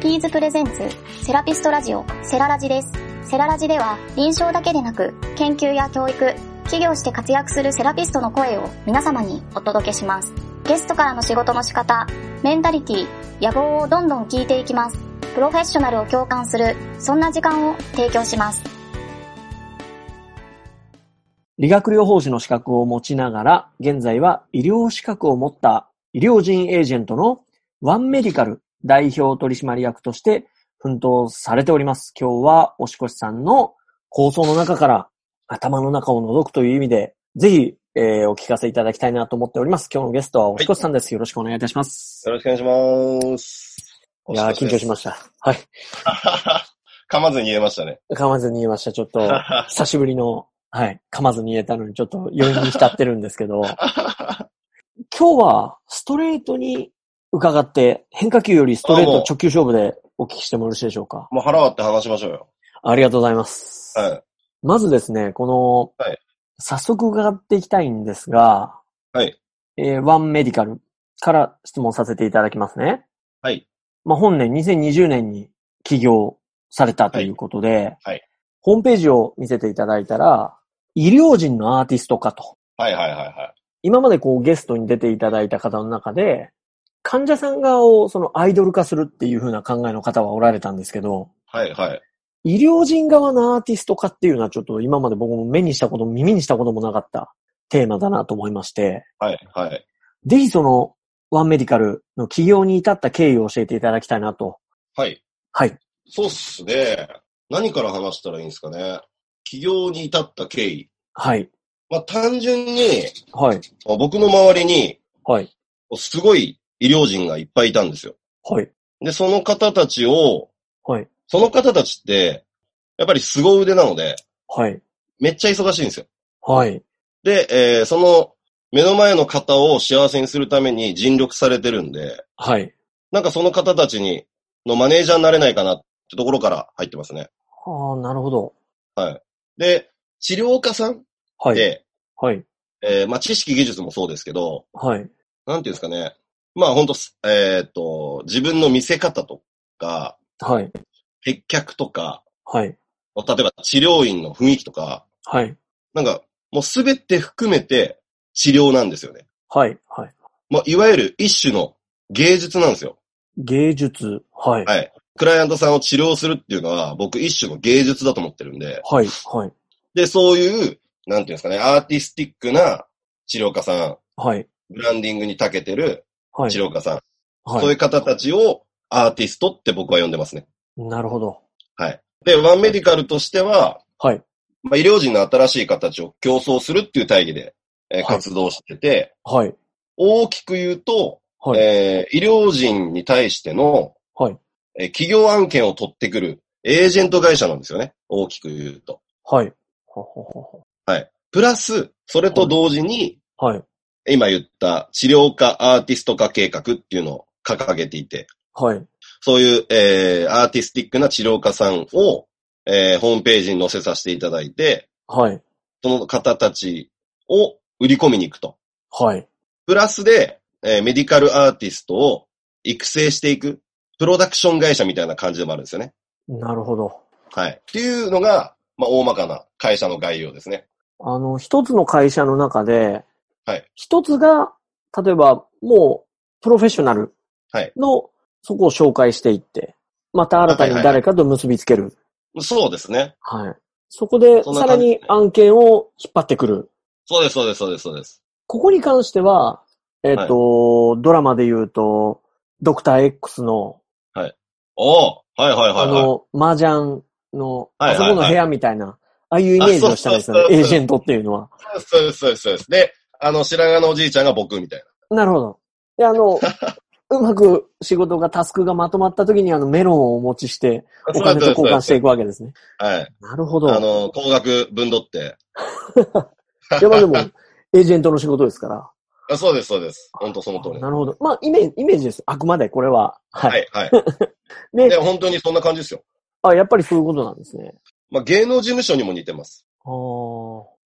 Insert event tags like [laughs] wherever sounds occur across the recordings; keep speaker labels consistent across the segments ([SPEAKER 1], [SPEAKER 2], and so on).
[SPEAKER 1] ピーズプレゼンツセラピストラジオセララジです。セララジでは臨床だけでなく研究や教育、企業して活躍するセラピストの声を皆様にお届けします。ゲストからの仕事の仕方、メンタリティ、野望をどんどん聞いていきます。プロフェッショナルを共感する、そんな時間を提供します。
[SPEAKER 2] 理学療法士の資格を持ちながら、現在は医療資格を持った医療人エージェントのワンメディカル代表取締役として奮闘されております。今日はおしこしさんの構想の中から頭の中を覗くという意味で、ぜひ、えーお聞かせいただきたいなと思っております。今日のゲストはおしこしさんです。よろしくお願いいたします。
[SPEAKER 3] よろしくお願いします。
[SPEAKER 2] いやー、緊張しま
[SPEAKER 3] し
[SPEAKER 2] した。はい。
[SPEAKER 3] た。 [laughs] 噛まずに言えましたね。
[SPEAKER 2] 噛まずに言えました。ちょっ
[SPEAKER 3] [laughs]
[SPEAKER 2] と、久しぶりの、はい、噛まずに言えたのに、ちょっと余韻に浸ってるんですけ
[SPEAKER 3] [laughs]
[SPEAKER 2] ど、今日はストレートに伺って、変化球よりストレー
[SPEAKER 3] あ
[SPEAKER 2] ト
[SPEAKER 3] もう
[SPEAKER 2] 直球勝負でお聞きしてもよろしいでしょうか。
[SPEAKER 3] もう腹割って話しましょうよ。
[SPEAKER 2] ありがとうございます。
[SPEAKER 3] は
[SPEAKER 2] まずですね、この、
[SPEAKER 3] はい
[SPEAKER 2] 早速伺っていきたいんですが、
[SPEAKER 3] はい
[SPEAKER 2] えーワンメディカルから質問させていただきますね。
[SPEAKER 3] はい。
[SPEAKER 2] まあ、本年2020年に起業されたということで、
[SPEAKER 3] はい
[SPEAKER 2] ホームページを見せていただいたら、医療人のアーティストかと。
[SPEAKER 3] はいはいはいは
[SPEAKER 2] 今までこうゲストに出ていただいた方の中で、患者さん側をそのアイドル化するっていう風な考えの方はおられたんですけど、
[SPEAKER 3] い。はいはい。
[SPEAKER 2] 医療人側のアーティスト化っていうのはちょっと今まで僕も目にしたことも耳にしたこともなかったテーマだなと思いまして、
[SPEAKER 3] はいはい。
[SPEAKER 2] ぜひそのワンメディカルの起業に至った経緯を教えていただきたいなと。
[SPEAKER 3] はい。
[SPEAKER 2] はい。
[SPEAKER 3] そうっすね。何から話したらいいんですかね。起業に至った経緯。
[SPEAKER 2] はい。
[SPEAKER 3] まあ単純に、
[SPEAKER 2] はい。
[SPEAKER 3] 僕の周りに、
[SPEAKER 2] はい。
[SPEAKER 3] すごい医療人がいっぱいいたんですよ。
[SPEAKER 2] はい。
[SPEAKER 3] で、その方たちを、
[SPEAKER 2] はい。
[SPEAKER 3] その方たちって、やっぱり凄腕なので、
[SPEAKER 2] はい。
[SPEAKER 3] めっちゃ忙しいんですよ。
[SPEAKER 2] はい。
[SPEAKER 3] で、えーその目の前の方を幸せにするために尽力されてるんで、
[SPEAKER 2] はい。
[SPEAKER 3] なんかその方たちに、のマネージャーになれないかなってところから入ってますね。
[SPEAKER 2] ああ、なるほど。
[SPEAKER 3] で、治療家さんっ
[SPEAKER 2] はい。
[SPEAKER 3] て、
[SPEAKER 2] はい。
[SPEAKER 3] えーまあ知識技術もそうですけど、
[SPEAKER 2] はい。
[SPEAKER 3] なんていうんですかね。まあ本当えっ、と、自分の見せ方とか、
[SPEAKER 2] はい。
[SPEAKER 3] 接客とか、
[SPEAKER 2] はい。
[SPEAKER 3] 例えば治療院の雰囲気とか、
[SPEAKER 2] はい。
[SPEAKER 3] なんかもうすべて含めて治療なんですよね。
[SPEAKER 2] はい。はい。
[SPEAKER 3] まあいわゆる一種の芸術なんですよ。
[SPEAKER 2] 芸術。はい。
[SPEAKER 3] はいクライアントさんを治療するっていうのは、僕一種の芸術だと思ってるんで、
[SPEAKER 2] はい。はい。
[SPEAKER 3] で、そういう、なんていうんですかね、アーティスティックな治療家さん、
[SPEAKER 2] はい。
[SPEAKER 3] ブランディングに長けてる
[SPEAKER 2] はい
[SPEAKER 3] 治。療家さん、そう
[SPEAKER 2] は
[SPEAKER 3] いう方たちをアーティストって僕は呼んでますね。
[SPEAKER 2] い。なるほど。
[SPEAKER 3] で、ワンメディカルとしては、
[SPEAKER 2] はい。
[SPEAKER 3] まあ、医療人の新しい形を競争するっていう大義で、えー
[SPEAKER 2] い
[SPEAKER 3] 活動してて、
[SPEAKER 2] はい。
[SPEAKER 3] 大きく言うと、
[SPEAKER 2] はい。
[SPEAKER 3] えー医療人に対しての、
[SPEAKER 2] はい
[SPEAKER 3] えー企業案件を取ってくるエージェント会社なんですよね。大きく言うと。
[SPEAKER 2] はい。ほほほほ
[SPEAKER 3] プラス、それと同時に、
[SPEAKER 2] はい。
[SPEAKER 3] 今言った治療家アーティスト化計画っていうのを掲げていて、
[SPEAKER 2] はい。
[SPEAKER 3] そういう、えー、アーティスティックな治療家さんを、えー、ホームページに載せさせていただいて、
[SPEAKER 2] はい。
[SPEAKER 3] その方たちを売り込みに行くと。
[SPEAKER 2] はい。
[SPEAKER 3] プラスで、えー、メディカルアーティストを育成していく、プロダクション会社みたいな感じでもあるんですよね。
[SPEAKER 2] なるほど。
[SPEAKER 3] はい。っていうのが、まあ、大まかな会社の概要ですね。
[SPEAKER 2] あの、一つの会社の中で、
[SPEAKER 3] はい。
[SPEAKER 2] 一つが、例えば、もう、プロフェッショナル
[SPEAKER 3] はい
[SPEAKER 2] の、そこを紹介していって、また新たに誰かと結びつける。
[SPEAKER 3] そうですね。
[SPEAKER 2] はい。そこで、
[SPEAKER 3] そんな
[SPEAKER 2] さ
[SPEAKER 3] 感
[SPEAKER 2] ら
[SPEAKER 3] じ
[SPEAKER 2] に案件を引っ張ってくる。
[SPEAKER 3] そうです、そうです、そうです、そうです。
[SPEAKER 2] ここに関しては、えっ、と、ドラマで言うと、ドクター X の、
[SPEAKER 3] おーはいはいは
[SPEAKER 2] あ
[SPEAKER 3] い、はい。
[SPEAKER 2] の、麻雀の、
[SPEAKER 3] はい
[SPEAKER 2] あ
[SPEAKER 3] はい
[SPEAKER 2] そ
[SPEAKER 3] はい
[SPEAKER 2] この部屋みたいな、ああいうイメージをしたんです
[SPEAKER 3] あ
[SPEAKER 2] よ
[SPEAKER 3] そうそうそうそ
[SPEAKER 2] ね。
[SPEAKER 3] う
[SPEAKER 2] エージェントっていうのは。
[SPEAKER 3] そうです、そうです、そうです。で、あの、白髪のおじいちゃんが僕みたい
[SPEAKER 2] なるほど。で、あの、うまく仕事が、タスクがまとまった時に、あの、メロンをお持ちして、
[SPEAKER 3] な。
[SPEAKER 2] お金と交換してい
[SPEAKER 3] く。
[SPEAKER 2] くわけですね。
[SPEAKER 3] はい。
[SPEAKER 2] なるほど。
[SPEAKER 3] あの、高額分取って。
[SPEAKER 2] いや、まあでも、 [laughs] エージェントの仕事ですから。
[SPEAKER 3] あそうです、そうです。本当その通りです。
[SPEAKER 2] なるほど。まあ、イメージ、イメージです。あくまで、これは。は。
[SPEAKER 3] はいい、はい。
[SPEAKER 2] で
[SPEAKER 3] で、本当にそんな感じですよ。
[SPEAKER 2] あ、やっぱりそういうことなんですね。
[SPEAKER 3] まあ、芸能事務所にも似てます。
[SPEAKER 2] ああ。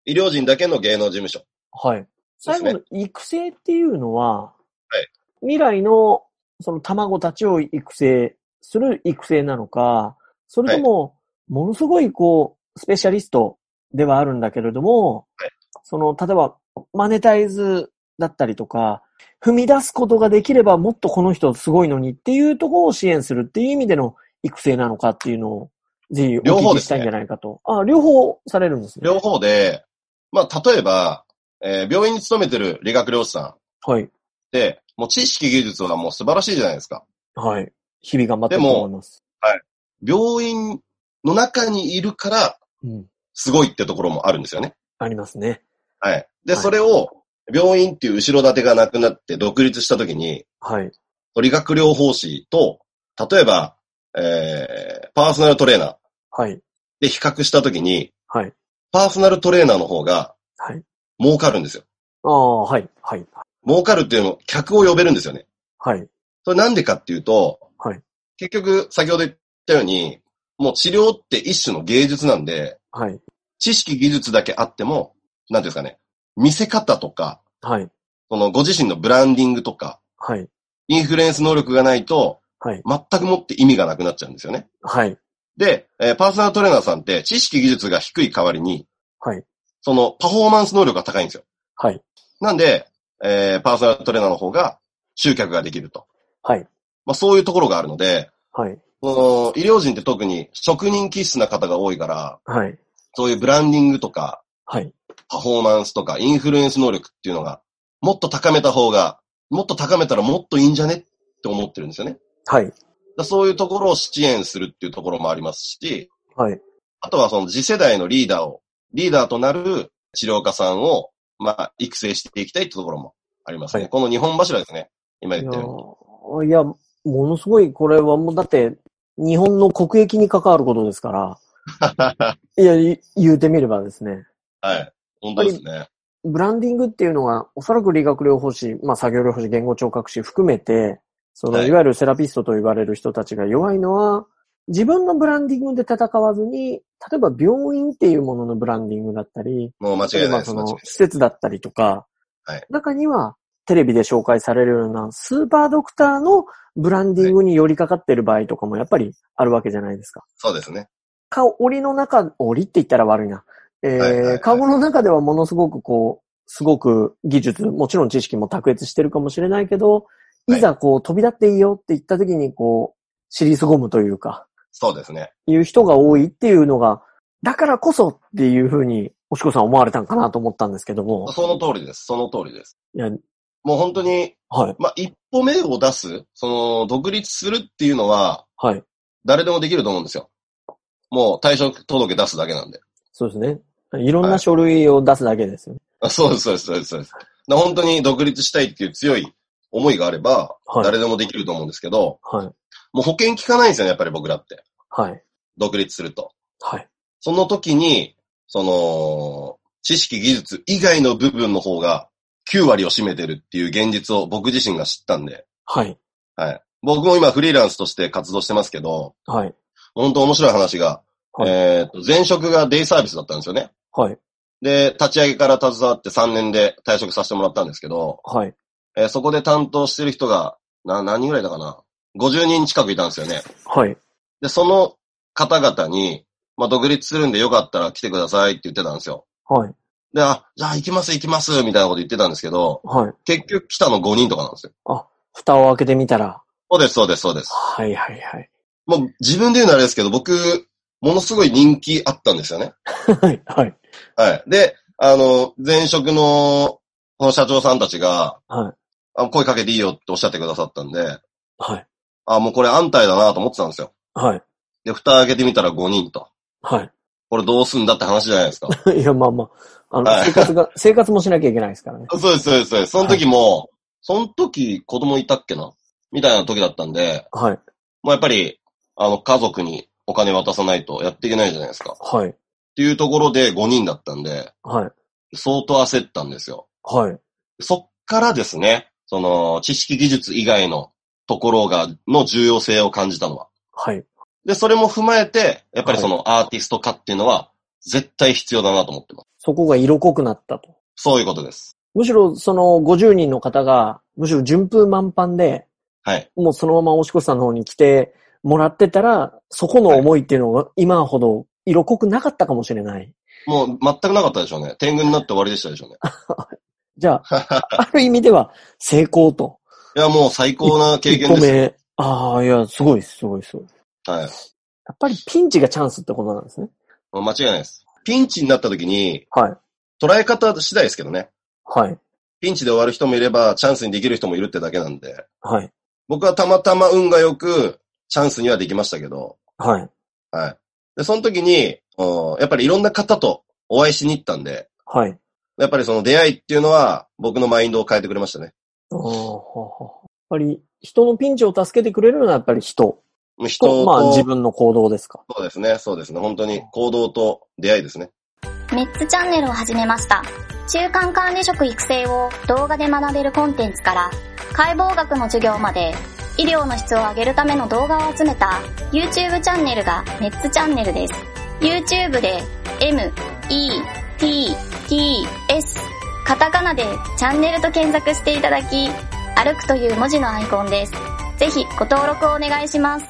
[SPEAKER 3] 医療人だけの芸能事務所。
[SPEAKER 2] はい。最後の育成っていうのは、
[SPEAKER 3] はい
[SPEAKER 2] 未来のその卵たちを育成する育成なのか、それとも、ものすごいこう、スペシャリストではあるんだけれども、
[SPEAKER 3] はい
[SPEAKER 2] その、例えば、マネタイズだったりとか、踏み出すことができればもっとこの人すごいのにっていうところを支援するっていう意味での育成なのかっていうのを、ぜひお
[SPEAKER 3] 両方
[SPEAKER 2] 聞
[SPEAKER 3] で
[SPEAKER 2] きし
[SPEAKER 3] す
[SPEAKER 2] た
[SPEAKER 3] ね
[SPEAKER 2] いんじゃないかと。あ、両方されるんですね。
[SPEAKER 3] 両方で、まあ、例えば、えー病院に勤めてる理学療師さんっ
[SPEAKER 2] はい。
[SPEAKER 3] て、もう知識技術はもう素晴らしいじゃないですか。
[SPEAKER 2] はい。日々頑張ってると思います。
[SPEAKER 3] 病院の中にいるから、
[SPEAKER 2] うん。
[SPEAKER 3] すごいってところもあるんですよね。
[SPEAKER 2] ありますね。
[SPEAKER 3] はい。で、
[SPEAKER 2] はい
[SPEAKER 3] それを、病院っていう後ろ盾がなくなって独立したときに、
[SPEAKER 2] はい。
[SPEAKER 3] 理学療法士と、例えば、えー、パーソナルトレーナー
[SPEAKER 2] はい。
[SPEAKER 3] で比較したときに、
[SPEAKER 2] はい。
[SPEAKER 3] パーソナルトレーナーの方が
[SPEAKER 2] はい。
[SPEAKER 3] 儲かるんですよ。
[SPEAKER 2] ああ、はい。はい。
[SPEAKER 3] 儲かるっていうのも客を呼べるんですよね。
[SPEAKER 2] はい。
[SPEAKER 3] それなんでかっていうと、
[SPEAKER 2] はい
[SPEAKER 3] 結局、先ほど言ったように、もう治療って一種の芸術なんで、
[SPEAKER 2] はい。
[SPEAKER 3] 知識技術だけあっても、なんていうんですかね、見せ方とか、
[SPEAKER 2] はい。
[SPEAKER 3] そのご自身のブランディングとか、
[SPEAKER 2] はい。
[SPEAKER 3] インフルエンス能力がないと、
[SPEAKER 2] はい。
[SPEAKER 3] 全くもって意味がなくなっちゃうんですよね。
[SPEAKER 2] はい。
[SPEAKER 3] で、えーパーソナルトレーナーさんって知識技術が低い代わりに、
[SPEAKER 2] はい。
[SPEAKER 3] そのパフォーマンス能力が高いんですよ。
[SPEAKER 2] はい。
[SPEAKER 3] なんで、えーパーソナルトレーナーの方が集客ができると。
[SPEAKER 2] はい。
[SPEAKER 3] まあそういうところがあるので、
[SPEAKER 2] はい。
[SPEAKER 3] その医療人って特に職人気質な方が多いから、
[SPEAKER 2] はい。
[SPEAKER 3] そういうブランディングとか、
[SPEAKER 2] はい。
[SPEAKER 3] パフォーマンスとか、インフルエンス能力っていうのが、もっと高めた方が、もっと高めたらもっといいんじゃねって思ってるんですよね。だか
[SPEAKER 2] はい。
[SPEAKER 3] らそういうところを支援するっていうところもありますし、
[SPEAKER 2] はい。
[SPEAKER 3] あとはその次世代のリーダーを、リーダーとなる治療家さんを、まあ、育成していきたいってところもありますね。
[SPEAKER 2] はい
[SPEAKER 3] この日本柱ですね。今言ったように。
[SPEAKER 2] いや、いやものすごい、これはもう、だって、日本の国益に関わることですから、いや、い言うてみればですね、
[SPEAKER 3] [laughs] はい。本当ですね。
[SPEAKER 2] ブランディングっていうのが、おそらく理学療法士、まあ、作業療法士、言語聴覚士含めて、その、
[SPEAKER 3] はい
[SPEAKER 2] いわゆるセラピストと言われる人たちが弱いのは、自分のブランディングで戦わずに、例えば病院っていうもののブランディングだったり、
[SPEAKER 3] もう間
[SPEAKER 2] 例
[SPEAKER 3] 違
[SPEAKER 2] え
[SPEAKER 3] いな
[SPEAKER 2] ば
[SPEAKER 3] いです。
[SPEAKER 2] そ
[SPEAKER 3] 間違いない
[SPEAKER 2] の
[SPEAKER 3] です。
[SPEAKER 2] 施設だったりとか、
[SPEAKER 3] はい
[SPEAKER 2] 中にはテレビで紹介されるようなスーパードクターのブランディングに寄りかかってる場合とかもやっぱりあるわけじゃないですか。
[SPEAKER 3] そうですね。
[SPEAKER 2] 顔、檻の中、檻って言ったら悪いな。えー
[SPEAKER 3] はいはいはい
[SPEAKER 2] 顔の中ではものすごくこう、すごく技術、もちろん知識も卓越してるかもしれないけど、
[SPEAKER 3] はい
[SPEAKER 2] いざこう飛び立っていいよって言った時にこう、尻すごむというか、
[SPEAKER 3] そうですね。
[SPEAKER 2] いう人が多いっていうのが、だからこそっていうふうに、おしこさん思われたんかなと思ったんですけども。
[SPEAKER 3] その通りです。その通りです。
[SPEAKER 2] いや、
[SPEAKER 3] もう本当に、
[SPEAKER 2] はい、
[SPEAKER 3] まあ、一歩目を出す、その、独立するっていうのは、
[SPEAKER 2] はい。
[SPEAKER 3] 誰でもできると思うんですよ。もう退職届出すだけなんで。
[SPEAKER 2] そうですね。いろんな書類を出すだけですよね。
[SPEAKER 3] あそうです、そうです、そうです。そうですだ本当に独立したいっていう強い思いがあれば、
[SPEAKER 2] はい
[SPEAKER 3] 誰でもできると思うんですけど、
[SPEAKER 2] はい、
[SPEAKER 3] もう保険効かないんですよね、やっぱり僕らって。
[SPEAKER 2] はい、
[SPEAKER 3] 独立すると。
[SPEAKER 2] はい、
[SPEAKER 3] その時に、その、知識技術以外の部分の方が9割を占めてるっていう現実を僕自身が知ったんで、
[SPEAKER 2] はい、
[SPEAKER 3] はい。僕も今フリーランスとして活動してますけど、
[SPEAKER 2] はい、
[SPEAKER 3] 本当面白い話が、
[SPEAKER 2] はい
[SPEAKER 3] えっと、前職がデイサービスだったんですよね。
[SPEAKER 2] はい、
[SPEAKER 3] で、立ち上げから携わって3年で退職させてもらったんですけど、
[SPEAKER 2] はい。
[SPEAKER 3] えーそこで担当してる人が、な、何人ぐらいだかな ?50 人近くいたんですよね。
[SPEAKER 2] はい。
[SPEAKER 3] で、その方々に、まあ、独立するんでよかったら来てくださいって言ってたんですよ。
[SPEAKER 2] はい。
[SPEAKER 3] で、あ、じゃあ行きます行きますみたいなこと言ってたんですけど、
[SPEAKER 2] はい。
[SPEAKER 3] 結局来たの5人とかなんですよ。
[SPEAKER 2] 蓋を開けてみたら。
[SPEAKER 3] そうです、そうです、そうです。
[SPEAKER 2] はい、はい、はい。 [laughs]
[SPEAKER 3] もう自分で言うのはあれですけど、僕、ものすごい人気あったんですよね。
[SPEAKER 2] はい、はい。
[SPEAKER 3] はい。で、あの、前職の、この社長さんたちが、
[SPEAKER 2] はい。
[SPEAKER 3] あ声かけていいよっておっしゃってくださったんで、
[SPEAKER 2] はい。
[SPEAKER 3] あ、もうこれ安泰だなと思ってたんですよ。
[SPEAKER 2] はい。
[SPEAKER 3] で、蓋開けてみたら5人と。
[SPEAKER 2] は
[SPEAKER 3] これどうすんだって話じゃないですか。
[SPEAKER 2] い。い [laughs] や、まあまあ。あの、
[SPEAKER 3] はい
[SPEAKER 2] 生活が、 [laughs] 生活もしなきゃいけないですからね。
[SPEAKER 3] そうです、そうです、そうです。その時も、その時子供いたっけなみたいな時だったんで、
[SPEAKER 2] はい。
[SPEAKER 3] もうやっぱり、あの、家族にお金渡さないとやっていけないじゃないですか。っ
[SPEAKER 2] はい。
[SPEAKER 3] ていうところで5人だったんで、
[SPEAKER 2] はい。
[SPEAKER 3] 相当焦ったんですよ。
[SPEAKER 2] はい。
[SPEAKER 3] そっからですね、その、知識技術以外のところが、の重要性を感じたのは。
[SPEAKER 2] はい。
[SPEAKER 3] で、それも踏まえて、やっぱりそのアーティスト化っていうのは、絶対必要だなと思ってます。
[SPEAKER 2] そこが色濃くなったと。
[SPEAKER 3] そういうことです。
[SPEAKER 2] むしろ、その50人の方が、むしろ順風満帆で、
[SPEAKER 3] はい。
[SPEAKER 2] もうそのままおしこさんの方に来て、もらってたら、そこの思いっていうのが今ほど色濃くなかったかもしれない。
[SPEAKER 3] もう全くなかったでしょうね。天狗になって終わりでしたでしょうね。
[SPEAKER 2] じゃ
[SPEAKER 3] [laughs]
[SPEAKER 2] あ、ある意味では成功と。
[SPEAKER 3] いや、もう最高な経
[SPEAKER 2] 一
[SPEAKER 3] 験
[SPEAKER 2] 歩
[SPEAKER 3] です。
[SPEAKER 2] 目。ああ、いや、すごいです、すごいです。すごいです
[SPEAKER 3] はい。
[SPEAKER 2] やっぱりピンチがチャンスってことなんですね。
[SPEAKER 3] もう間違いないです。ピンチになった時に、
[SPEAKER 2] はい。
[SPEAKER 3] 捉え方次第ですけどね。
[SPEAKER 2] はい。
[SPEAKER 3] ピンチで終わる人もいれば、チャンスにできる人もいるってだけなんで。
[SPEAKER 2] はい。
[SPEAKER 3] 僕はたまたま運が良く、チャンスにはできましたけど、
[SPEAKER 2] はい。
[SPEAKER 3] はい。で、その時に、うんやっぱりいろんな方とお会いしに行ったんで、
[SPEAKER 2] はい。
[SPEAKER 3] やっぱりその出会いっていうのは、僕のマインドを変えてくれましたね。
[SPEAKER 2] あーははやっぱり人のピンチを助けてくれるのはやっぱり人
[SPEAKER 3] もう人
[SPEAKER 2] と、
[SPEAKER 3] と、
[SPEAKER 2] まあ自分の行動ですか。
[SPEAKER 3] そうですね、そうですね。本当に行動と出会いですね。
[SPEAKER 1] メッツチャンネルを始めました。中間管理職育成を動画で学べるコンテンツから、解剖学の授業まで、医療の質を上げるための動画を集めた YouTube チャンネルがメッツチャンネルです。YouTube で M, E, T, T, S カタカナでチャンネルと検索していただき、歩くという文字のアイコンです。ぜひご登録をお願いします。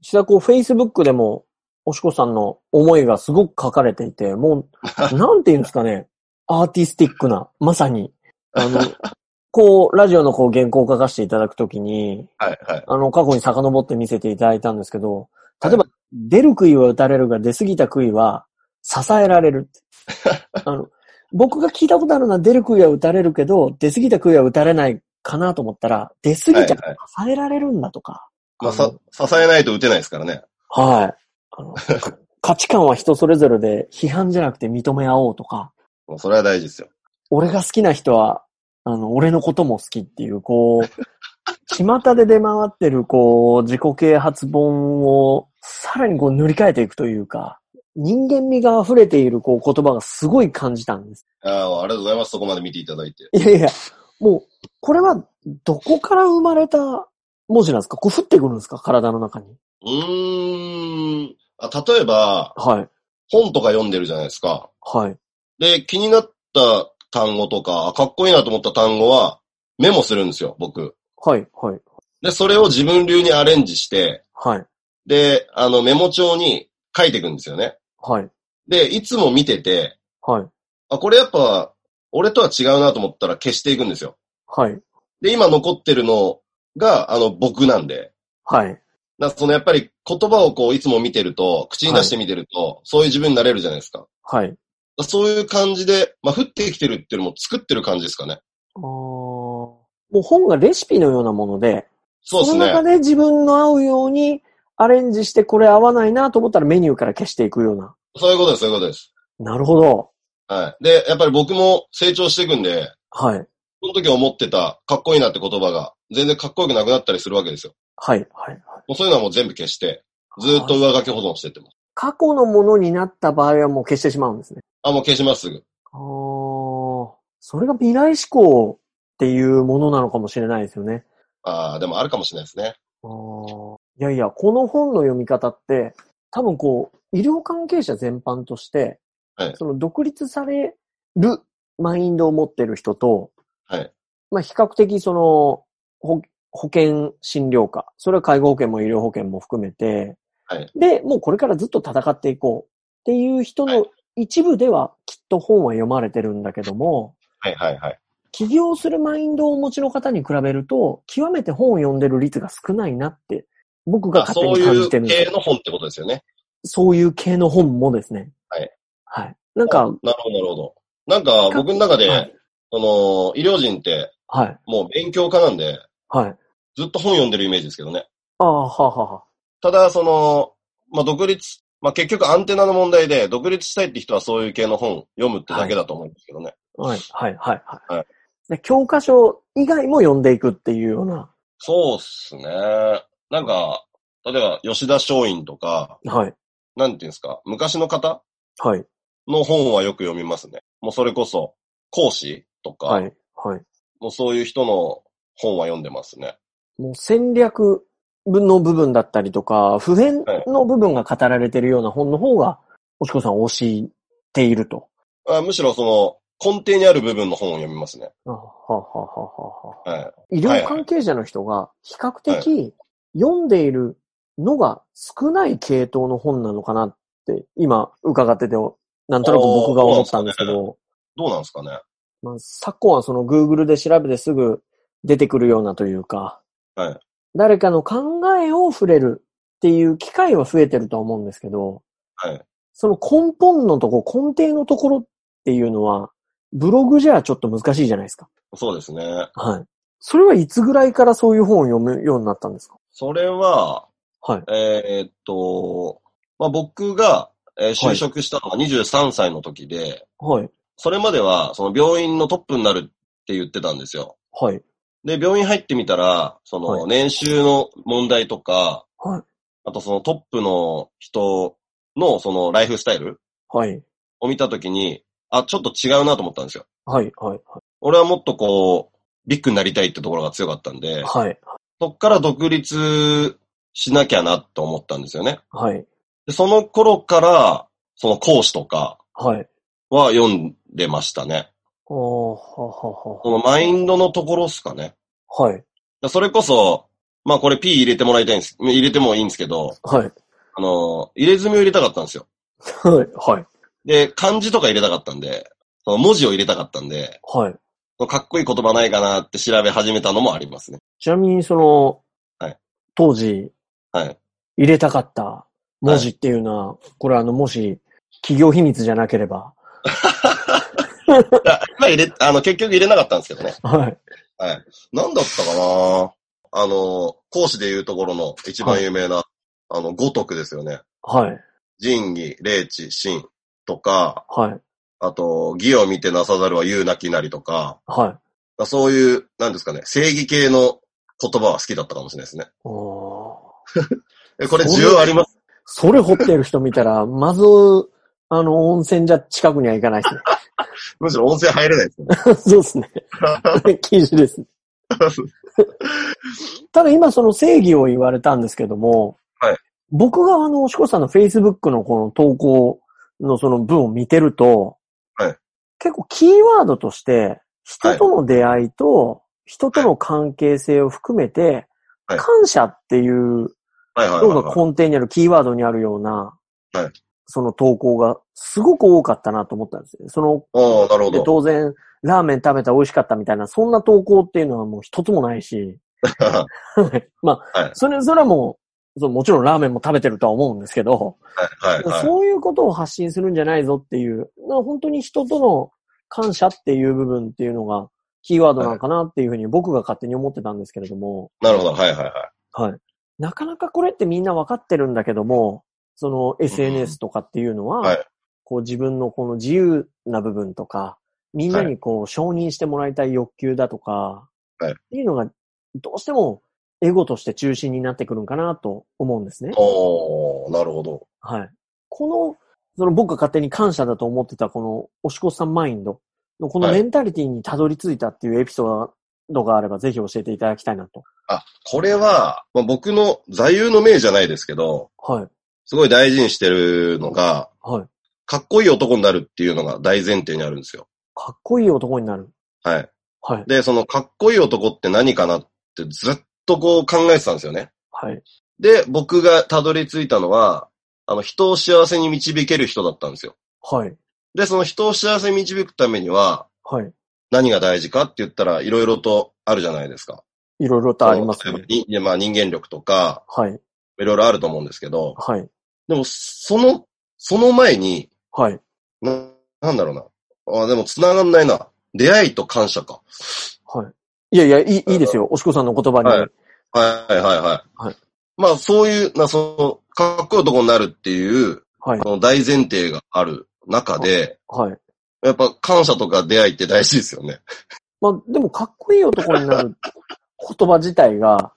[SPEAKER 2] 石田こう Facebook でも、おしこさんの思いがすごく書かれていて、も
[SPEAKER 3] [laughs]
[SPEAKER 2] う、なんていうんですかね、アーティスティックな、まさに、あの、 [laughs] こう、ラジオのこう原稿を書かせていただくときに、
[SPEAKER 3] はい、はい。
[SPEAKER 2] あの、過去に遡って見せていただいたんですけど、例えば
[SPEAKER 3] は、
[SPEAKER 2] 出る杭は打たれるが出過ぎた杭は支えられる
[SPEAKER 3] [laughs]
[SPEAKER 2] って。あの、僕が聞いたことあるのは出る杭は打たれるけど、出過ぎた杭は打たれないかなと思ったら、出過ぎちゃ
[SPEAKER 3] はいは
[SPEAKER 2] 支えられるんだとか。
[SPEAKER 3] まあ、さ、支えないと打てないですからね。
[SPEAKER 2] はい。あ
[SPEAKER 3] [laughs]
[SPEAKER 2] のか価値観は人それぞれで批判じゃなくて認め合おうとか、
[SPEAKER 3] もうそれは大事ですよ。
[SPEAKER 2] 俺が好きな人は、あの、俺のことも好きっていう、こう、巷で出回ってる、こう、自己啓発本をさらにこう塗り替えていくというか、人間味が溢れている、こう、言葉がすごい感じたんです。
[SPEAKER 3] ああ、ありがとうございます。そこまで見ていただいて。
[SPEAKER 2] いやいや、もう、これは、どこから生まれた文字なんですかこう、降ってくるんですか体の中に。
[SPEAKER 3] うーん。あ例えば、
[SPEAKER 2] はい。
[SPEAKER 3] 本とか読んでるじゃないですか。
[SPEAKER 2] はい。
[SPEAKER 3] で、気になった単語とか、あかっこいいなと思った単語は、メモするんですよ、僕。
[SPEAKER 2] はい。はい。
[SPEAKER 3] で、それを自分流にアレンジして、
[SPEAKER 2] はい。
[SPEAKER 3] で、あの、メモ帳に書いていくんですよね。
[SPEAKER 2] はい。
[SPEAKER 3] で、いつも見てて、
[SPEAKER 2] はい。
[SPEAKER 3] あ、これやっぱ、俺とは違うなと思ったら消していくんですよ。
[SPEAKER 2] はい。
[SPEAKER 3] で、今残ってるのが、あの、僕なんで。
[SPEAKER 2] はい。
[SPEAKER 3] だからそのやっぱり言葉をこう、いつも見てると、口に出して見てると、そういう自分になれるじゃないですか。だか
[SPEAKER 2] はい。
[SPEAKER 3] らそういう感じで、まあ、降ってきてるっていうのも作ってる感じですかね。
[SPEAKER 2] あーもう本がレシピのようなもので、
[SPEAKER 3] そうです
[SPEAKER 2] の中
[SPEAKER 3] ね。
[SPEAKER 2] で自分の合うようにアレンジしてこれ合わないなと思ったらメニューから消していくような。
[SPEAKER 3] そういうことです、そういうことです。
[SPEAKER 2] なるほど。
[SPEAKER 3] はい。で、やっぱり僕も成長していくんで、
[SPEAKER 2] はい。
[SPEAKER 3] その時思ってたかっこいいなって言葉が、全然かっこよくなくなったりするわけですよ。
[SPEAKER 2] はい。はい。
[SPEAKER 3] もうそういうのはもう全部消して、ずーっと上書き保存してってます。
[SPEAKER 2] 過去のものになった場合はもう消してしまうんですね。
[SPEAKER 3] あ、もう消します、すぐ。
[SPEAKER 2] あーそれが未来思考っていうものなのかもしれないですよね。
[SPEAKER 3] ああ、でもあるかもしれないですね。
[SPEAKER 2] あーいやいや、この本の読み方って、多分こう、医療関係者全般として、
[SPEAKER 3] はい
[SPEAKER 2] その独立されるマインドを持ってる人と、
[SPEAKER 3] はい
[SPEAKER 2] まあ比較的その、保保険診療科、それは介護保険も医療保険も含めて、
[SPEAKER 3] はい
[SPEAKER 2] で、もうこれからずっと戦っていこうっていう人
[SPEAKER 3] は
[SPEAKER 2] の一部ではきっと本は読まれてるんだけども、
[SPEAKER 3] はいはいはい。
[SPEAKER 2] 起業するマインドをお持ちの方に比べると、極めて本を読んでる率が少ないなって、僕が
[SPEAKER 3] まあ、
[SPEAKER 2] 勝手
[SPEAKER 3] そう
[SPEAKER 2] に
[SPEAKER 3] い
[SPEAKER 2] 感じ
[SPEAKER 3] う
[SPEAKER 2] てるんです
[SPEAKER 3] 系
[SPEAKER 2] よ。
[SPEAKER 3] の本ってことですよね。
[SPEAKER 2] そういう系の本もですね。
[SPEAKER 3] はい。
[SPEAKER 2] はい。なんか、
[SPEAKER 3] なるほど、なるほど。なんか、僕の中で、
[SPEAKER 2] はい
[SPEAKER 3] その、医療人って、
[SPEAKER 2] はい。
[SPEAKER 3] もう勉強家なんで、
[SPEAKER 2] はい。
[SPEAKER 3] ずっと本読んでるイメージですけどね。
[SPEAKER 2] ああ、はあはあは
[SPEAKER 3] ただ、その、まあ、独立、まあ、結局アンテナの問題で、独立したいって人はそういう系の本読むってだけだと思うんですけどね。
[SPEAKER 2] あ。はい。はい。はい。はい。
[SPEAKER 3] はい
[SPEAKER 2] で教科書以外も読んでいくっていうような。
[SPEAKER 3] そうっすね。なんか、例えば、吉田松陰とか、
[SPEAKER 2] はい。
[SPEAKER 3] なんていうんですか、昔の方
[SPEAKER 2] はい。
[SPEAKER 3] の本はよく読みますね。もうそれこそ、講師とか、
[SPEAKER 2] はい。はい。
[SPEAKER 3] もうそういう人の本は読んでますね。
[SPEAKER 2] もう戦略の部分だったりとか、普遍の部分が語られてるような本の方が、おしこさん推していると。
[SPEAKER 3] あむしろその、根底にある部分の本を読みますね。
[SPEAKER 2] あはあはあはあはあはあ。
[SPEAKER 3] はい。
[SPEAKER 2] 医療関係者の人が比較
[SPEAKER 3] はい
[SPEAKER 2] 的読んでいるのが少ない系統の本なのかなって、今伺ってて、なんとなく僕が思ったんですけ
[SPEAKER 3] あー
[SPEAKER 2] ど、
[SPEAKER 3] どうなんですかね。
[SPEAKER 2] まあ、昨今はその Google で調べてすぐ出てくるようなというか、
[SPEAKER 3] はい
[SPEAKER 2] 誰かの考えを触れるっていう機会は増えてるとは思うんですけど、
[SPEAKER 3] はい
[SPEAKER 2] その根本のとこ、根底のところっていうのは、ブログじゃちょっと難しいじゃないですか。
[SPEAKER 3] そうですね。
[SPEAKER 2] はい。それはいつぐらいからそういう本を読むようになったんですか
[SPEAKER 3] それは、
[SPEAKER 2] はい。
[SPEAKER 3] えーっと、まあ、僕が、えー就職したのは23歳の時で、
[SPEAKER 2] はい。
[SPEAKER 3] それまでは、その病院のトップになるって言ってたんですよ。
[SPEAKER 2] はい。
[SPEAKER 3] で、病院入ってみたら、そ
[SPEAKER 2] は
[SPEAKER 3] の年収の問題とか、
[SPEAKER 2] はい。
[SPEAKER 3] あとそのトップの人のそのライフスタイル
[SPEAKER 2] はい。
[SPEAKER 3] を見たときに、あ、ちょっと違うなと思ったんですよ。
[SPEAKER 2] はい。はい。は
[SPEAKER 3] 俺はもっとこう、ビッグになりたいってところが強かったん
[SPEAKER 2] い。
[SPEAKER 3] で、
[SPEAKER 2] はい。
[SPEAKER 3] そっから独立しなきゃなと思ったんですよね。
[SPEAKER 2] はい。
[SPEAKER 3] でその頃から、その講師とか
[SPEAKER 2] はい。
[SPEAKER 3] は読んでましたね。
[SPEAKER 2] おー、はは
[SPEAKER 3] そのマインドのところっすかね。
[SPEAKER 2] は。はい。
[SPEAKER 3] だそれこそ、まあこれ P 入れてもらいたいんです。入れてもいいんですけど、
[SPEAKER 2] はい。
[SPEAKER 3] あの、入れ墨を入れたかったんですよ。
[SPEAKER 2] はい。はい。
[SPEAKER 3] で、漢字とか入れたかったんで、その文字を入れたかったんで、
[SPEAKER 2] はい。
[SPEAKER 3] そのかっこいい言葉ないかなって調べ始めたのもありますね。
[SPEAKER 2] ちなみに、その、
[SPEAKER 3] はい
[SPEAKER 2] 当時、
[SPEAKER 3] はい。
[SPEAKER 2] 入れたかった文字っていうのは、これあの、もし、企業秘密じゃなければ、
[SPEAKER 3] だまあ入れ、あの、結局入れなかったんですけどね。
[SPEAKER 2] はい。
[SPEAKER 3] なんだったかなあの、講師でいうところの一番有名な、あの、五徳ですよね。
[SPEAKER 2] はい。
[SPEAKER 3] 仁義、霊智、信とか、
[SPEAKER 2] はい。
[SPEAKER 3] あと、義を見てなさざるは言うなきなりとか、
[SPEAKER 2] はい。
[SPEAKER 3] まあそういう、なんですかね、正義系の言葉は好きだったかもしれないですね。
[SPEAKER 2] おー
[SPEAKER 3] えこれ
[SPEAKER 2] そう
[SPEAKER 3] 需要あります。
[SPEAKER 2] それ掘ってる人見たら、まず、あの、温泉じゃ近くには行かない
[SPEAKER 3] むしろ温泉入れな
[SPEAKER 2] [laughs]
[SPEAKER 3] いですね。
[SPEAKER 2] です [laughs] ね。そうですね。 [laughs] 禁止
[SPEAKER 3] [laughs]
[SPEAKER 2] です。ただ今その正義を言われたんですけども、
[SPEAKER 3] はい
[SPEAKER 2] 僕があの、しこさんの Facebook のこの投稿のその文を見てると、
[SPEAKER 3] はい
[SPEAKER 2] 結構キーワードとして、人との出会いと、人との関係性を含めて、
[SPEAKER 3] はい
[SPEAKER 2] 感謝っていう
[SPEAKER 3] はいはいはい、
[SPEAKER 2] のが
[SPEAKER 3] はい。
[SPEAKER 2] 根底にあるキーワードにあるような、
[SPEAKER 3] はい
[SPEAKER 2] その投稿がすごく多かったなと思ったんですよ。その
[SPEAKER 3] おーなるほ
[SPEAKER 2] で、
[SPEAKER 3] ど。
[SPEAKER 2] 当然、ラーメン食べた美味しかったみたいな、そんな投稿っていうのはもう一つもないし、 [laughs]
[SPEAKER 3] [laughs]
[SPEAKER 2] まあ、
[SPEAKER 3] はい
[SPEAKER 2] それ、それはもう、そうもちろんラーメンも食べてるとは思うんですけど、
[SPEAKER 3] はいはいはい。
[SPEAKER 2] そういうことを発信するんじゃないぞっていう、まあ本当に人との感謝っていう部分っていうのがキーワードなのかなっていうふうに僕が勝手に思ってたんですけれども、
[SPEAKER 3] なるほど。はいはいは
[SPEAKER 2] はい。なかなかこれってみんなわかってるんだけども、その SNS とかっていうのは、
[SPEAKER 3] はい
[SPEAKER 2] こう自分のこの自由な部分とか、みんなにこう承認してもらいたい欲求だとか、
[SPEAKER 3] はい
[SPEAKER 2] っていうのがどうしてもエゴとして中心になってくるんかなと思うんですね
[SPEAKER 3] い。。おーなるほど。
[SPEAKER 2] はい。この、その僕が勝手に感謝だと思ってたこの押し越さんマインドのこの
[SPEAKER 3] はい
[SPEAKER 2] メンタリティにたどり着いたっていうエピソードがあればぜひ教えていただきたいなと。
[SPEAKER 3] あ、これは、まあ、僕の座右の銘じゃないですけど、
[SPEAKER 2] はい。
[SPEAKER 3] すごい大事にしてるのが、
[SPEAKER 2] はい。
[SPEAKER 3] かっこいい男になるっていうのが大前提にあるんですよ。
[SPEAKER 2] かっこいい男になる。
[SPEAKER 3] はい。
[SPEAKER 2] はい。
[SPEAKER 3] で、そのかっこいい男って何かなってずっとこう考えてたんですよね。
[SPEAKER 2] はい。
[SPEAKER 3] で、僕がたどり着いたのは、あの、人を幸せに導ける人だったんですよ。
[SPEAKER 2] はい。
[SPEAKER 3] で、その人を幸せに導くためには、
[SPEAKER 2] はい。
[SPEAKER 3] 何が大事かって言ったら、いろいろとあるじゃないですか。
[SPEAKER 2] いろいろとありますね。
[SPEAKER 3] にまあ、人間力とか、
[SPEAKER 2] はい。
[SPEAKER 3] いろいろあると思うんですけど、
[SPEAKER 2] はい。
[SPEAKER 3] でも、その、その前に、
[SPEAKER 2] はい。
[SPEAKER 3] な、なんだろうな。あ、でも、繋がんないな。出会いと感謝か。
[SPEAKER 2] はい。いやいや、いい、いいですよ。おしこさんの言葉に。
[SPEAKER 3] はいはいはいはい。
[SPEAKER 2] はい
[SPEAKER 3] まあ、そういう、な、その、かっこいい男になるっていう、
[SPEAKER 2] はい
[SPEAKER 3] そ。の大前提がある中で、
[SPEAKER 2] はい。
[SPEAKER 3] やっぱ感謝とか出会いって大事ですよね。 [laughs]
[SPEAKER 2] まあ、でも、かっこいい男になる [laughs] 言葉自体が、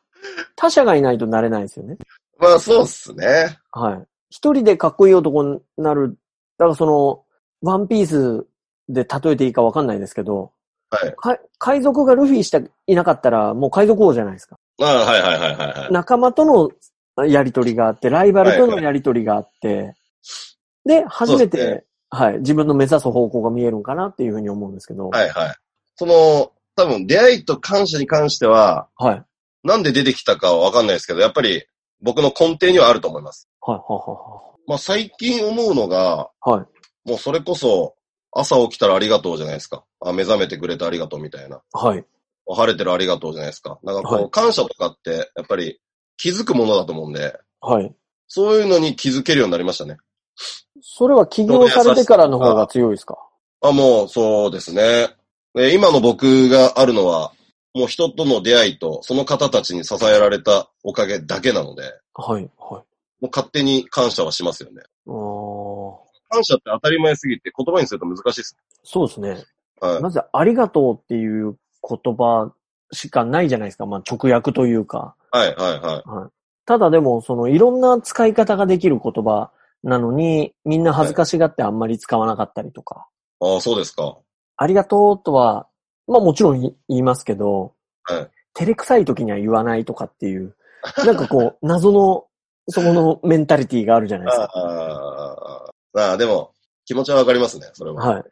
[SPEAKER 2] 他者がいないとなれないですよね。
[SPEAKER 3] まあそうっすね。
[SPEAKER 2] はい。一人でかっこいい男になる。だから、その、ワンピースで例えていいかわかんないですけど、
[SPEAKER 3] はい。
[SPEAKER 2] か海賊がルフィした、いなかったら、もう海賊王じゃないですか。
[SPEAKER 3] ああはいはいはいはいはい。
[SPEAKER 2] 仲間とのやりとりがあって、ライバルとのやりとりがあって、で、初め
[SPEAKER 3] そうです
[SPEAKER 2] て、はい、自分の目指す方向が見えるんかなっていうふうに思うんですけど、
[SPEAKER 3] はいはい。その、多分出会いと感謝に関しては、
[SPEAKER 2] はい。
[SPEAKER 3] なんで出てきたかはわかんないですけど、やっぱり僕の根底にはあると思います。
[SPEAKER 2] はい、は
[SPEAKER 3] まあ最近思うのが、
[SPEAKER 2] い、はい。はい。
[SPEAKER 3] もうそれこそ、朝起きたらありがとうじゃないですか。あ、目覚めてくれてありがとうみたいな。
[SPEAKER 2] はい。
[SPEAKER 3] 晴れてるありがとうじゃないですか。なんかこ
[SPEAKER 2] は
[SPEAKER 3] う、感謝とかって、やっぱり気づくものだと思うんで、
[SPEAKER 2] はい。
[SPEAKER 3] そういうのに気づけるようになりましたね。
[SPEAKER 2] それは起業されてからの方が強いですか
[SPEAKER 3] あ、もう、そうですね。で今の僕があるのは、もう人との出会いと、その方たちに支えられたおかげだけなので、
[SPEAKER 2] はい、はい。
[SPEAKER 3] もう勝手に感謝はしますよね。
[SPEAKER 2] あー
[SPEAKER 3] 感謝って当たり前すぎて言葉にすると難しいです
[SPEAKER 2] そうですね。
[SPEAKER 3] ね。はい。
[SPEAKER 2] まず、ありがとうっていう言葉しかないじゃないですか。まあ、直訳というか。
[SPEAKER 3] はい、はい、はい。
[SPEAKER 2] ただでも、その、いろんな使い方ができる言葉なのに、みんな恥ずかしがってあんまり使わなかったりとか。
[SPEAKER 3] ああ、そうですか。
[SPEAKER 2] ありがとうとは、まあもちろん言いますけど、
[SPEAKER 3] はい
[SPEAKER 2] 照れくさい時には言わないとかっていう、なんかこう、 [laughs] 謎の、そこのメンタリティがあるじゃないですか。
[SPEAKER 3] ああ、ああ、でも、気持ちはわかりますね、それは。
[SPEAKER 2] はい。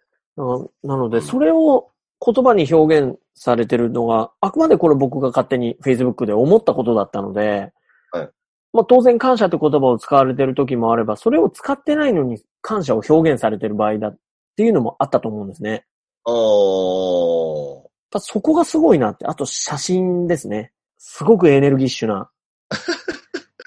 [SPEAKER 2] ななので、それを言葉に表現されてるのが、あくまでこれ僕が勝手に Facebook で思ったことだったので、
[SPEAKER 3] はい
[SPEAKER 2] まあ当然感謝って言葉を使われてる時もあれば、それを使ってないのに感謝を表現されてる場合だっていうのもあったと思うんですね。やっ
[SPEAKER 3] ああ、
[SPEAKER 2] ぱそこがすごいなって、あと写真ですね。すごくエネルギッシュ
[SPEAKER 3] [laughs]
[SPEAKER 2] な。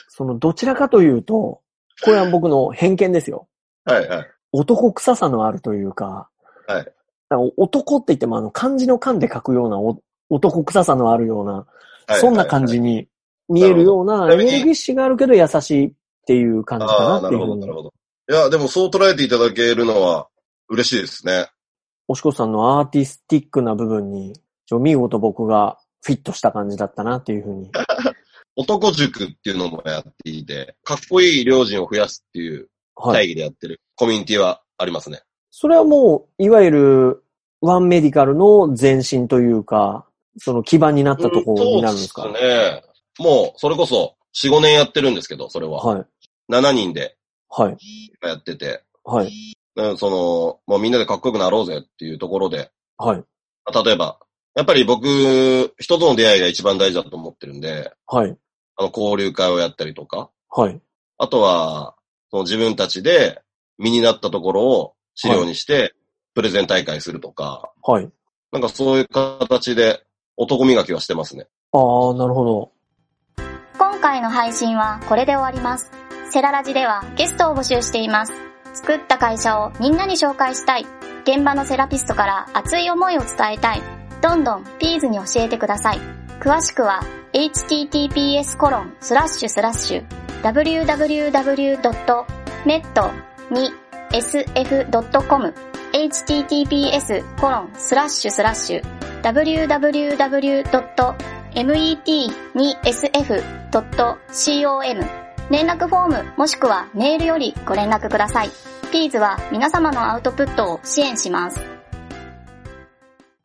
[SPEAKER 2] そのどちらかというと、これは僕の偏見ですよ。
[SPEAKER 3] はいはい。
[SPEAKER 2] 男臭さのあるというか、
[SPEAKER 3] は
[SPEAKER 2] だ
[SPEAKER 3] い
[SPEAKER 2] から男って言ってもあの漢字の漢で書くようなお男臭さのあるような、
[SPEAKER 3] はい
[SPEAKER 2] そんな感じに見えるような
[SPEAKER 3] なるほど
[SPEAKER 2] エネルギッシュがあるけど優しいっていう感じ
[SPEAKER 3] あ
[SPEAKER 2] か
[SPEAKER 3] あ、
[SPEAKER 2] なっ
[SPEAKER 3] な
[SPEAKER 2] てい
[SPEAKER 3] る
[SPEAKER 2] う
[SPEAKER 3] ほ
[SPEAKER 2] ふう
[SPEAKER 3] ど、なる
[SPEAKER 2] に。
[SPEAKER 3] ほど。いや、でもそう捉えていただけるのは嬉しいですね。
[SPEAKER 2] おしこさんのアーティスティックな部分に、ちょ見事僕がフィットした感じだったなっていうふ
[SPEAKER 3] [laughs]
[SPEAKER 2] うに。
[SPEAKER 3] 男塾っていうのもやっていて、かっこいい両人を増やすっていう
[SPEAKER 2] はい。
[SPEAKER 3] 会議でやってるコミュニティはありますね。
[SPEAKER 2] それはもう、いわゆる、ワンメディカルの前身というか、その基盤になったところになるんですか、
[SPEAKER 3] うんそうですね。もう、それこそ4、5年やってるんですけど、それは。
[SPEAKER 2] はい。
[SPEAKER 3] 7人で
[SPEAKER 2] はい。
[SPEAKER 3] やってて、
[SPEAKER 2] はい。
[SPEAKER 3] うんその、もうみんなでかっこよくなろうぜっていうところで、
[SPEAKER 2] はい。
[SPEAKER 3] 例えば、やっぱり僕、人との出会いが一番大事だと思ってるんで、
[SPEAKER 2] はい。
[SPEAKER 3] あの、交流会をやったりとか、
[SPEAKER 2] はい。
[SPEAKER 3] あとは、その自分たちで身になったところを資料にして、プレゼン大会するとか、
[SPEAKER 2] はい。
[SPEAKER 3] なんかそういう形で男磨きはしてますね。
[SPEAKER 2] ああ、なるほど。
[SPEAKER 1] 今回の配信はこれで終わります。セララジではゲストを募集しています。作った会社をみんなに紹介したい。現場のセラピストから熱い思いを伝えたい。どんどんピーズに教えてください。詳しくは https www.net2sf.com https www.met2sf.com 連絡フォームもしくはメールよりご連絡ください。ピーズは皆様のアウトプットを支援します。